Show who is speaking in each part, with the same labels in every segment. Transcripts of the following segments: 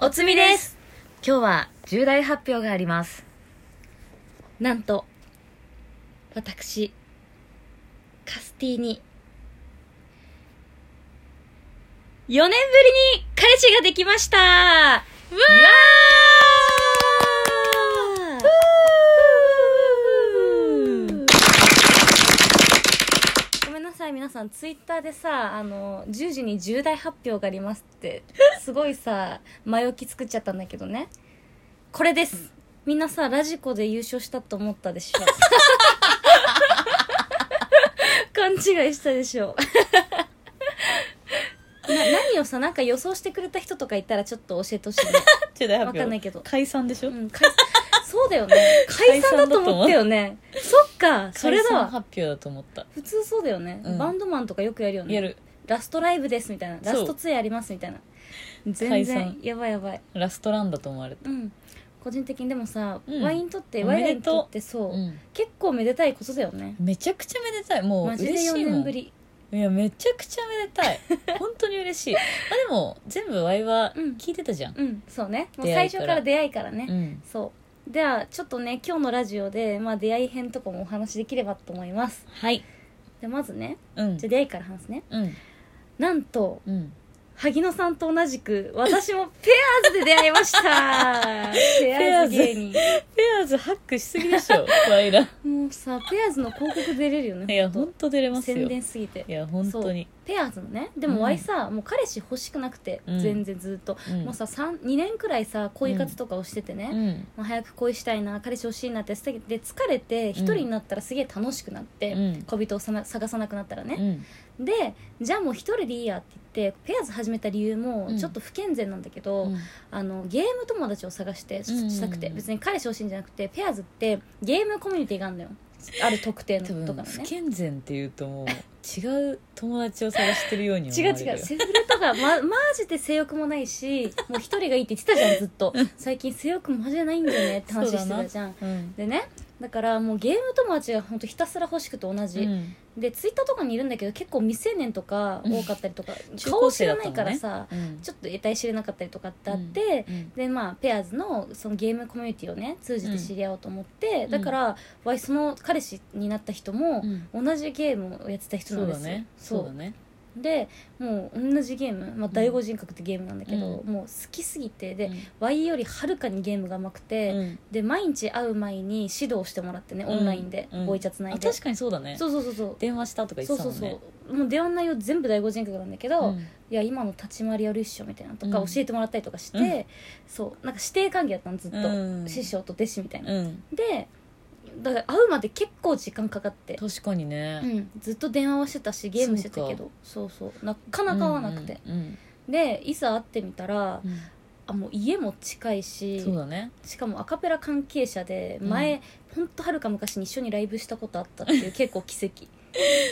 Speaker 1: おつみです今日は重大発表があります
Speaker 2: なんと、私、カスティに、4年ぶりに彼氏ができましたうわーごめんなさい、皆さん、ツイッターでさ、あの、10時に重大発表がありますって、すごいさ、 前置き作っちゃったんだけどね。これです。みんなさ、ラジコで優勝したと思ったでしょ。 勘違いしたでしょ。 な何をさ、なんか予想してくれた人とかいたらちょっと教えてほしい ね。
Speaker 1: 重大
Speaker 2: わかんないけど。
Speaker 1: 解散でし
Speaker 2: う
Speaker 1: ょ
Speaker 2: ん、解そうだよね。解散だと思ったよね。そっか、それだ
Speaker 1: 解散
Speaker 2: わ。
Speaker 1: 発表だと思った
Speaker 2: 普通そうだよね、
Speaker 1: うん
Speaker 2: バンドマンとかよくやるよね。
Speaker 1: やる
Speaker 2: ラストライブですみたいな。ラス
Speaker 1: そ
Speaker 2: ト
Speaker 1: う
Speaker 2: ツアーありますみたいな。全
Speaker 1: 解散
Speaker 2: 然、やばいやばい。
Speaker 1: ラストランだと思われた
Speaker 2: うん。個人的にでもさ、
Speaker 1: うん
Speaker 2: ワイン取って、
Speaker 1: お
Speaker 2: ワイ
Speaker 1: めでとう
Speaker 2: ン取ってそう、
Speaker 1: うん
Speaker 2: 結構めでたいことだよね。
Speaker 1: めちゃくちゃめでたいもう
Speaker 2: マジで
Speaker 1: 嬉
Speaker 2: 4
Speaker 1: しいも
Speaker 2: 年
Speaker 1: ん
Speaker 2: ぶ
Speaker 1: い
Speaker 2: り。
Speaker 1: やめちゃくちゃめでた い本当に嬉しいまあでも全部ワイは
Speaker 2: うん
Speaker 1: 聞いてたじゃん
Speaker 2: うん、そうね。もう
Speaker 1: 出
Speaker 2: 最
Speaker 1: 会いから
Speaker 2: 初から出会いからね。
Speaker 1: うん
Speaker 2: そう。では、ちょっとね、今日のラジオで、まあ、出会い編とかもお話しできればと思います。
Speaker 1: はい
Speaker 2: で、まずね、
Speaker 1: うん
Speaker 2: じゃあ出会いから話すね。
Speaker 1: うん
Speaker 2: なんと、
Speaker 1: うん
Speaker 2: 萩野さんと同じく、私もペアーズで出会いま したペアーズ芸人。
Speaker 1: ペアーズハックしすぎでしょ ワイら
Speaker 2: もうさ、ペアーズの広告出れるよね。
Speaker 1: いや
Speaker 2: ほん
Speaker 1: 本
Speaker 2: と
Speaker 1: 当出れます
Speaker 2: 宣
Speaker 1: よ
Speaker 2: 伝
Speaker 1: い
Speaker 2: すぎて。
Speaker 1: や本当に
Speaker 2: ペアーズのね。でも、
Speaker 1: うん
Speaker 2: ワイさ、もう彼氏欲しくなくて、
Speaker 1: うん
Speaker 2: 全然ずっと。
Speaker 1: うん
Speaker 2: もうさ、三2年くらいさ、恋活とかをしててね。
Speaker 1: うん
Speaker 2: まあ、早く恋したいな彼氏欲しいなってしてで疲れて一人になったらすげえ楽しくなって、
Speaker 1: うん
Speaker 2: 小人をさな探さなくなったら
Speaker 1: う
Speaker 2: ね、
Speaker 1: ん
Speaker 2: でじゃあもう一人でいいやって言ってペアーズ始めた理由も
Speaker 1: うん
Speaker 2: ちょっと不健全なんだけど、
Speaker 1: うん
Speaker 2: あのゲーム友達を探して
Speaker 1: うんうんうん
Speaker 2: したくて、別に彼氏欲しいんじゃなくてペアーズってゲームコミュニティがあるのよある特定の
Speaker 1: 多
Speaker 2: とか
Speaker 1: 分
Speaker 2: の
Speaker 1: 不
Speaker 2: ね
Speaker 1: 健全っていうともう違う友達を探してるように思
Speaker 2: 違う
Speaker 1: われる
Speaker 2: 違うセフレとか、ま、マジで性欲もないしもう一人がいいって言ってたじゃんずっと最近性欲マジでないんだよねって話してたじゃん
Speaker 1: うん
Speaker 2: でねだからもうゲーム友達が本当ひたすら欲しくて同じ、
Speaker 1: うん
Speaker 2: でツイッターとかにいるんだけど結構未成年とか多かったりとか、
Speaker 1: 中
Speaker 2: 顔
Speaker 1: 高
Speaker 2: 知
Speaker 1: 生だ
Speaker 2: ら
Speaker 1: っ
Speaker 2: な
Speaker 1: たも
Speaker 2: い
Speaker 1: んね
Speaker 2: からさ、
Speaker 1: うん
Speaker 2: ちょっと得体知れなかったりとかってあって、
Speaker 1: うん
Speaker 2: でまあペアーズのそのゲームコミュニティをね通じて知り合おうと思って、
Speaker 1: うん
Speaker 2: だから、わいその彼氏になった人も、
Speaker 1: うん
Speaker 2: 同じゲームをやってた人
Speaker 1: そ
Speaker 2: なん
Speaker 1: う
Speaker 2: で
Speaker 1: だ
Speaker 2: すよ
Speaker 1: ねそうだね
Speaker 2: でもう同じゲーム、まあ、第五人格ってゲームなんだけど、
Speaker 1: う
Speaker 2: もう好きすぎてで、わいよりはるかにゲームが甘くて、
Speaker 1: うん
Speaker 2: で毎日会う前に指導してもらってね
Speaker 1: うん
Speaker 2: オンラインで、
Speaker 1: うん
Speaker 2: ボイチャツ内
Speaker 1: あ
Speaker 2: で
Speaker 1: 確かにそうだね
Speaker 2: そうそうそうそう
Speaker 1: 電話したとか言っ
Speaker 2: そう
Speaker 1: てた
Speaker 2: そうん
Speaker 1: も
Speaker 2: そ
Speaker 1: ね
Speaker 2: うもう電話内容全部第五人格なんだけど、
Speaker 1: う
Speaker 2: い
Speaker 1: ん
Speaker 2: や今の立ち回りやるっしょみたいなとか
Speaker 1: うん
Speaker 2: 教えてもらったりとかして、
Speaker 1: うん
Speaker 2: そうなんか師弟関係だったのずっと、
Speaker 1: うん
Speaker 2: 師匠と弟子みたいな、
Speaker 1: うん
Speaker 2: でだから会うまで結構時間かかって、
Speaker 1: 確かに
Speaker 2: う
Speaker 1: ね
Speaker 2: ん、ずっと電話はしてたしゲームしてたけどそうそうなかなか会わなくて、
Speaker 1: うん
Speaker 2: でいざ会ってみたら、
Speaker 1: うん
Speaker 2: あもう家も近いし
Speaker 1: そうだね
Speaker 2: しかもアカペラ関係者で前、ほんとはるか昔に一緒にライブしたことあったって いう結構奇跡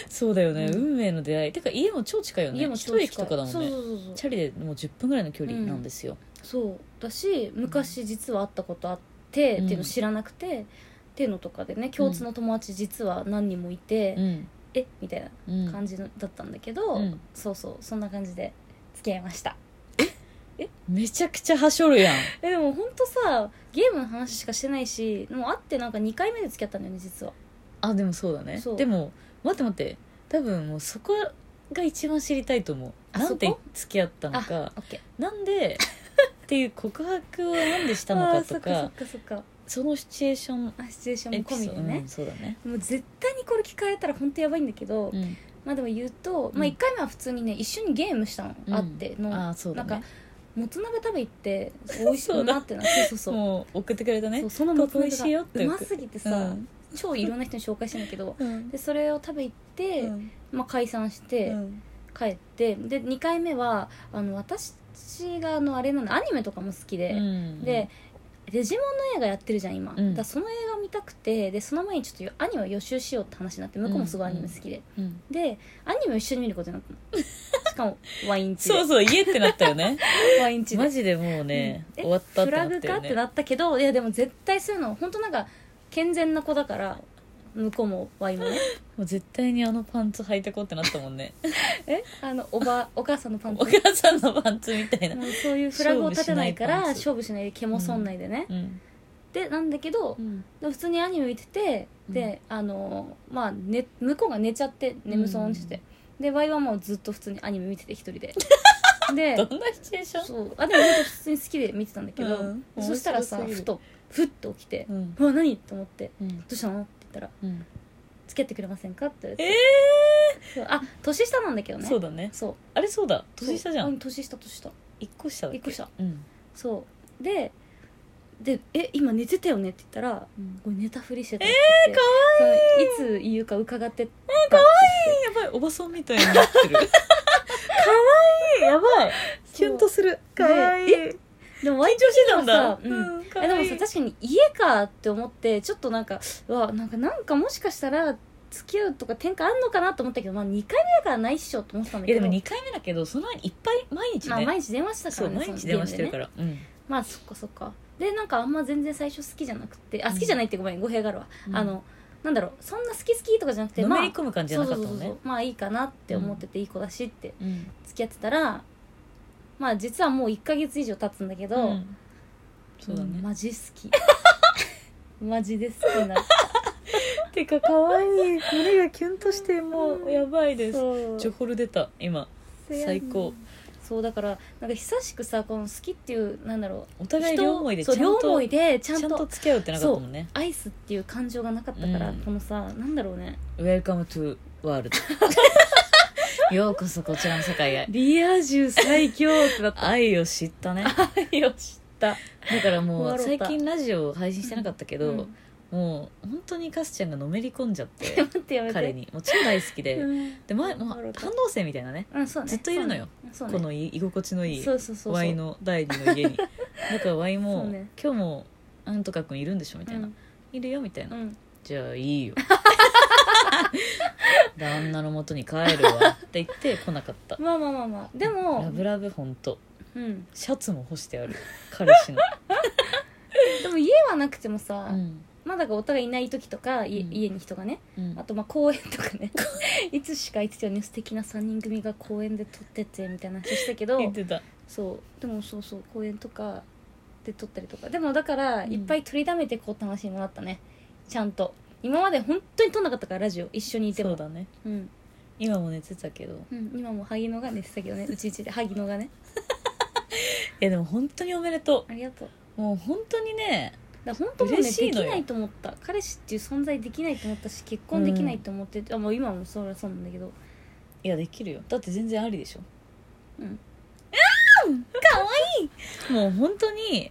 Speaker 1: そうだよね
Speaker 2: うん
Speaker 1: 運命の出会いてか家も超近いよね
Speaker 2: 家も
Speaker 1: 一駅とかだも
Speaker 2: そうんそ
Speaker 1: ね
Speaker 2: うそうそ
Speaker 1: チャリでもう10分ぐらいの距離なんですよ
Speaker 2: うそうだし昔実は会ったことあって、
Speaker 1: う
Speaker 2: っ
Speaker 1: ん
Speaker 2: ていうの知らなくてっていうのとかでね共通の友達実は何人もいて、
Speaker 1: うん
Speaker 2: えみたい
Speaker 1: うん
Speaker 2: な感じのだったんだけど、
Speaker 1: うん
Speaker 2: そうそうそんな感じで付き合いました
Speaker 1: めちゃくちゃはしょるやん
Speaker 2: えでもほんとさゲームの話しかしてないしもう会ってなんか2回目で付き合ったんだよね実は
Speaker 1: あでもそうだね
Speaker 2: そう
Speaker 1: でも待って待って多分もうそこが一番知りたいと思う
Speaker 2: あ
Speaker 1: なん
Speaker 2: そ
Speaker 1: で
Speaker 2: こ
Speaker 1: 付き合ったのか
Speaker 2: オッケー
Speaker 1: なんで っていう告白をなんでしたの
Speaker 2: あ
Speaker 1: か
Speaker 2: ーそっ
Speaker 1: と
Speaker 2: かそ
Speaker 1: か
Speaker 2: っかそっか
Speaker 1: そのシチュエーション
Speaker 2: あシチュエーション
Speaker 1: エ
Speaker 2: も
Speaker 1: ピ
Speaker 2: 込み
Speaker 1: ソー
Speaker 2: で
Speaker 1: ド
Speaker 2: ね、
Speaker 1: うんそうだね
Speaker 2: もう絶対にこれ聞かれたら本当やばいんだけど、
Speaker 1: うん
Speaker 2: まあでも言うと、
Speaker 1: うん
Speaker 2: まあ、1回目は普通にね一緒にゲームしたの、
Speaker 1: うん
Speaker 2: あっての
Speaker 1: あーそうだ
Speaker 2: な
Speaker 1: ね
Speaker 2: んかもつ鍋食べ行 って美味しいなってなそうそうそう
Speaker 1: もう送ってくれたね
Speaker 2: そうそのもつ
Speaker 1: 美味しい
Speaker 2: 鍋
Speaker 1: よ
Speaker 2: が
Speaker 1: って
Speaker 2: う
Speaker 1: よ
Speaker 2: ま
Speaker 1: く
Speaker 2: すぎてさ、
Speaker 1: うん
Speaker 2: 超いろんな人に紹介してんだけど
Speaker 1: うん
Speaker 2: でそれを食べ行って、
Speaker 1: うん
Speaker 2: まあ、解散して
Speaker 1: うん
Speaker 2: 帰ってで2回目はあの私があのあれなのアニメとかも好きで、
Speaker 1: うん
Speaker 2: でデジモンの映画やってるじゃん今、
Speaker 1: うん
Speaker 2: だからその映画見たくてでその前にちょっとアニメを予習しようって話になって向こうもすごいアニメ好きで、
Speaker 1: うん
Speaker 2: でアニメを一緒に見ることになったの しかもワインチで
Speaker 1: そうそう家ってなった よね
Speaker 2: ワインチで
Speaker 1: マジでもうね
Speaker 2: うんえ
Speaker 1: 終わったっ
Speaker 2: フ
Speaker 1: て
Speaker 2: ラ
Speaker 1: な
Speaker 2: グ
Speaker 1: った
Speaker 2: か
Speaker 1: よ
Speaker 2: って
Speaker 1: ね
Speaker 2: なったけどいやでも絶対そういうの本当なんか健全な子だから向こうもワイ もね
Speaker 1: もう絶対にあのパンツ履いてこうってなったもんね
Speaker 2: えあのおばお母さんのパンツ
Speaker 1: お母さんのパンツみたいな
Speaker 2: もう そういうフラグを立てないから勝
Speaker 1: 勝
Speaker 2: 負しないで毛もそんないでね、
Speaker 1: うん、
Speaker 2: でなんだけど
Speaker 1: うん、
Speaker 2: 普通にアニメ見ててで、あのまあ、ね、向こうが寝ちゃって眠そうにしてて、でワイはもうずっと普通にアニメ見てて一人 でで
Speaker 1: どんなシチュエーション
Speaker 2: そうあでも本当普通に好きで見てたんだけど、
Speaker 1: うん
Speaker 2: そしたらさ
Speaker 1: 面白すぎる
Speaker 2: ふとふっと起きて
Speaker 1: うん
Speaker 2: 「うわ何?」と思って
Speaker 1: う
Speaker 2: 「
Speaker 1: ん
Speaker 2: どうしたの?」って言ったら
Speaker 1: うん
Speaker 2: 「付き合ってくれませんか?」って言われ
Speaker 1: え
Speaker 2: てそうあ年下なんだけどね
Speaker 1: そうだね
Speaker 2: そう
Speaker 1: あれそうだ年下じゃ
Speaker 2: そうんう年下年下
Speaker 1: 一個下だっけ
Speaker 2: 一個下
Speaker 1: うん
Speaker 2: そうでで「え今寝てたよね?」って言ったら「
Speaker 1: うん
Speaker 2: これ寝たふりしてた」え
Speaker 1: えー、かわいい
Speaker 2: いつ言うか伺って
Speaker 1: かわいいやばいおばさんみたいになってる かわいいやばいキュンとするかわいい
Speaker 2: ででもワイ
Speaker 1: 女子な
Speaker 2: さ
Speaker 1: んだ
Speaker 2: うん
Speaker 1: んか
Speaker 2: えで
Speaker 1: わ
Speaker 2: も
Speaker 1: いい
Speaker 2: さ確かに家かって思ってちょっとなんかうわなんかなんかもしかしたら付き合うとか転換あんのかなと思ったけど、まあ、2回目だからないっしょと思ってたんだ
Speaker 1: いや
Speaker 2: け
Speaker 1: で
Speaker 2: ど
Speaker 1: も2回目だけどその前にいっぱい毎日ね、
Speaker 2: まあ、毎日電話したか
Speaker 1: そ
Speaker 2: ら
Speaker 1: う
Speaker 2: ね
Speaker 1: 毎日電話してるからら、うん
Speaker 2: まあそっかそっかでなんかあんま全然最初好きじゃなくてあ好きじゃないってごめん語弊があるわ、
Speaker 1: うん
Speaker 2: あのなんだろうそんな好き好きとかじゃなくて
Speaker 1: の
Speaker 2: まあ
Speaker 1: めり込む感じじゃなかったもんね
Speaker 2: そうそうそうそうまあいいかなって思ってて、いい子だしって
Speaker 1: うん
Speaker 2: 付き合ってたらまあ実はもう1か月以上経つんだけど、
Speaker 1: うんそうだね、
Speaker 2: んマジ好き マジで好き な
Speaker 1: てか可愛い胸がキュンとしても
Speaker 2: う
Speaker 1: やばいで
Speaker 2: そう
Speaker 1: ジョホル出た今最高
Speaker 2: そうだからなんか久しくさこの好きっていうなんだろう
Speaker 1: お互い
Speaker 2: 人を
Speaker 1: 両思いでち
Speaker 2: そ
Speaker 1: ゃ
Speaker 2: うん
Speaker 1: と
Speaker 2: 両思いでち
Speaker 1: ち
Speaker 2: ゃ
Speaker 1: ゃ
Speaker 2: ん
Speaker 1: ん
Speaker 2: と
Speaker 1: と付き合うってなかったもんね
Speaker 2: アイスっていう感情がなかったから、
Speaker 1: うん
Speaker 2: このさなんだろうね
Speaker 1: ウェルカムトゥワ ールドようこそこちらの世界へ
Speaker 2: リア充最強ってなっ
Speaker 1: 愛を知ったね
Speaker 2: 愛を知った
Speaker 1: だからも
Speaker 2: 笑
Speaker 1: う
Speaker 2: った
Speaker 1: 最近ラジオ配信してなかったけ
Speaker 2: う
Speaker 1: ど、
Speaker 2: ん
Speaker 1: もう本当にカスちゃんがのめり込んじゃって
Speaker 2: 待ってやめて
Speaker 1: 彼にもう超大好きで、
Speaker 2: うん
Speaker 1: で前もう
Speaker 2: 笑った
Speaker 1: 反応生みたいなね
Speaker 2: うんそうね
Speaker 1: ずっといるのよ
Speaker 2: そうね
Speaker 1: このい居心地のいい
Speaker 2: そうそうそうそう
Speaker 1: ワイの第二の家 にだからワイも、
Speaker 2: そうね
Speaker 1: 今日もなんとか君いるんでしょみたいな、
Speaker 2: うん
Speaker 1: いるよみたいな、
Speaker 2: うん
Speaker 1: じゃあいいよ旦那の元に帰るわって言って来なかった
Speaker 2: まあまあまあまあで
Speaker 1: ラ
Speaker 2: も
Speaker 1: ブラブほんと
Speaker 2: うん
Speaker 1: シャツも干してある彼氏の、
Speaker 2: でも家はなくてもさ、
Speaker 1: うん
Speaker 2: まあだからお互いいない時とか、い
Speaker 1: うん
Speaker 2: 家に人がね
Speaker 1: うん
Speaker 2: あとまあ公園とか ねいつしか言ってたよね素敵な3人組が公園で撮っててみたいな話したけど
Speaker 1: 言ってた
Speaker 2: そうでもそうそう公園とかで撮ったりとかでもだから
Speaker 1: うん
Speaker 2: いっぱい取りだめてこうって話にもなったねちゃんと今まで本当に撮んなかったからラジオ一緒にいて
Speaker 1: そう
Speaker 2: も
Speaker 1: だね
Speaker 2: うん、
Speaker 1: 今も寝てたけどい
Speaker 2: うん、今も萩野が寝てたけどねうちうちで萩野がね
Speaker 1: やでも本当におめでと
Speaker 2: ありがとう
Speaker 1: うもう本当にね
Speaker 2: だから本当もうねで
Speaker 1: 嬉しい
Speaker 2: き
Speaker 1: のよ
Speaker 2: ないと思った彼氏っていう存在できないと思ったし結婚できないと思って、あもう今もそれはそうなんだけど
Speaker 1: いやできるよだって全然ありでしょ
Speaker 2: うん
Speaker 1: もう本当に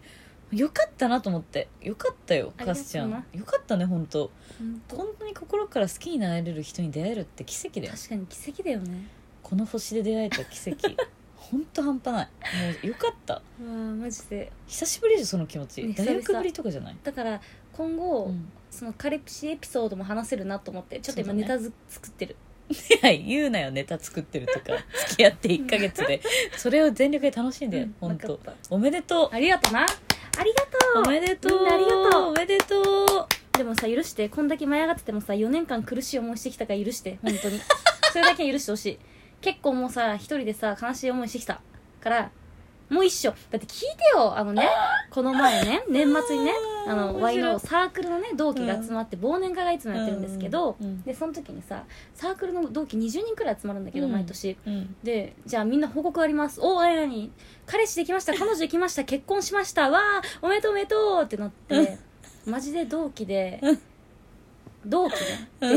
Speaker 1: よかったなと思ってよかったよ
Speaker 2: ありがとうな
Speaker 1: カスちゃんよかったね本当
Speaker 2: 本当
Speaker 1: 本当に心から好きになれる人に出会えるって奇跡だよ
Speaker 2: 確かに奇跡だよね
Speaker 1: この星で出会えた 奇跡本当半端ないもうよかった
Speaker 2: うわーマジで
Speaker 1: 久しぶりでしょその気持ち、
Speaker 2: ね
Speaker 1: 大
Speaker 2: 久
Speaker 1: 学
Speaker 2: 々
Speaker 1: ぶりとかじゃない、
Speaker 2: だから今後、
Speaker 1: うん
Speaker 2: その彼氏エピソードも話せるなと思ってちょっと今
Speaker 1: そう
Speaker 2: ネ
Speaker 1: だね
Speaker 2: タず、作ってる
Speaker 1: いや言うなよネタ作ってるとか付き合って1か 月でそれを全力で楽しんで、
Speaker 2: うん
Speaker 1: 本
Speaker 2: わ
Speaker 1: 当
Speaker 2: かっ
Speaker 1: おめでとう
Speaker 2: たありがとうなありがとう
Speaker 1: おめでとう
Speaker 2: みんなありがとう
Speaker 1: おめでとう
Speaker 2: でもさ許してこんだけ舞い上がっててもさ4年間苦しい思いしてきたから許して本 当にそれだけ許してほしい結構もうさ一人でさ悲しい思いしてきたからもう一緒だって聞いてよあのねこの前 ね年末にね
Speaker 1: あー
Speaker 2: あの
Speaker 1: 面
Speaker 2: ワイ
Speaker 1: 白い
Speaker 2: のサークルのね同期が集まって忘年会がいつもやってるんですけど、
Speaker 1: うんうん
Speaker 2: でその時にさサークルの同期20人くらい集まるんだけど、
Speaker 1: うん
Speaker 2: 毎年
Speaker 1: うん
Speaker 2: でじゃあみんな報告ありますおお何何彼氏できました彼女できました結婚しましたわあおめでとうおめでとうってなってマジで同期で同期ね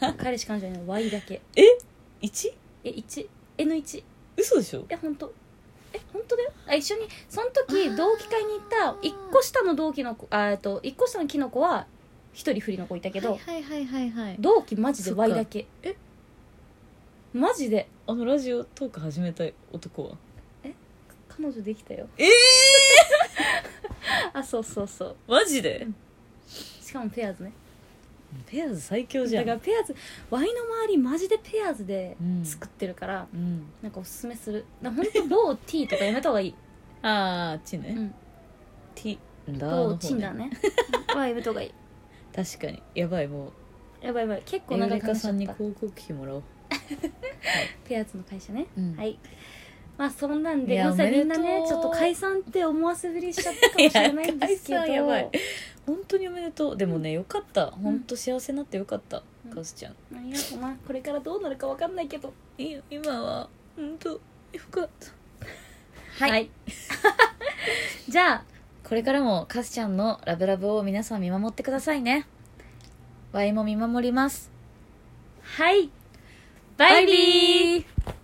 Speaker 2: で彼氏彼女の Y だけ
Speaker 1: 1?
Speaker 2: え 1N1
Speaker 1: 嘘でしょ
Speaker 2: え本当え本当だよあ一緒にその時同期会に行った1個下の同期の子あえっと1個下のキノコは1人不利の子いたけど、
Speaker 1: はいはいはいはい
Speaker 2: 同期マジで Y だけ
Speaker 1: そっか
Speaker 2: マジで
Speaker 1: あのラジオトーク始めた男は
Speaker 2: 彼女できたよ
Speaker 1: ええ
Speaker 2: あそうそうそう
Speaker 1: マジで
Speaker 2: しかもペアーズね
Speaker 1: ペアーズ最強じゃ
Speaker 2: だ
Speaker 1: ん
Speaker 2: からペアーズワイの周りマジでペアーズで
Speaker 1: うん
Speaker 2: 作ってるから、
Speaker 1: うん
Speaker 2: なんかおすすめするだから本当ロー T とかやめた方がいい、
Speaker 1: あああっち
Speaker 2: う
Speaker 1: ね
Speaker 2: ん、
Speaker 1: ティンダー
Speaker 2: ロ
Speaker 1: の
Speaker 2: ーチ
Speaker 1: 方
Speaker 2: ンだ
Speaker 1: ね
Speaker 2: ねはやめた方がいい
Speaker 1: 確かにやばいもう
Speaker 2: やばいやばい結構
Speaker 1: エウ
Speaker 2: 長
Speaker 1: レ
Speaker 2: くな
Speaker 1: カ
Speaker 2: っち
Speaker 1: さ
Speaker 2: ゃ
Speaker 1: ん
Speaker 2: っ
Speaker 1: に
Speaker 2: た
Speaker 1: 広告費もらおう
Speaker 2: ペアーズの会社ね、
Speaker 1: うん
Speaker 2: はいまあそんなん
Speaker 1: い
Speaker 2: で
Speaker 1: や
Speaker 2: まさ
Speaker 1: お
Speaker 2: み
Speaker 1: めで
Speaker 2: ん
Speaker 1: とう
Speaker 2: なねちょっと解散って思わせぶりしちゃったかもしれないんですけど
Speaker 1: いや解散やばい本当におめでとうでもねよかった本当幸せになってよかった、
Speaker 2: うん
Speaker 1: カズちゃん
Speaker 2: ありがとうまあこれからどうなるかわかんないけど
Speaker 1: いや今は本当よかった
Speaker 2: はい、 じゃあ
Speaker 1: これからもカズちゃんのラブラブを皆さん見守ってくださいねワイも見守ります
Speaker 2: はいバイビー
Speaker 1: バイビー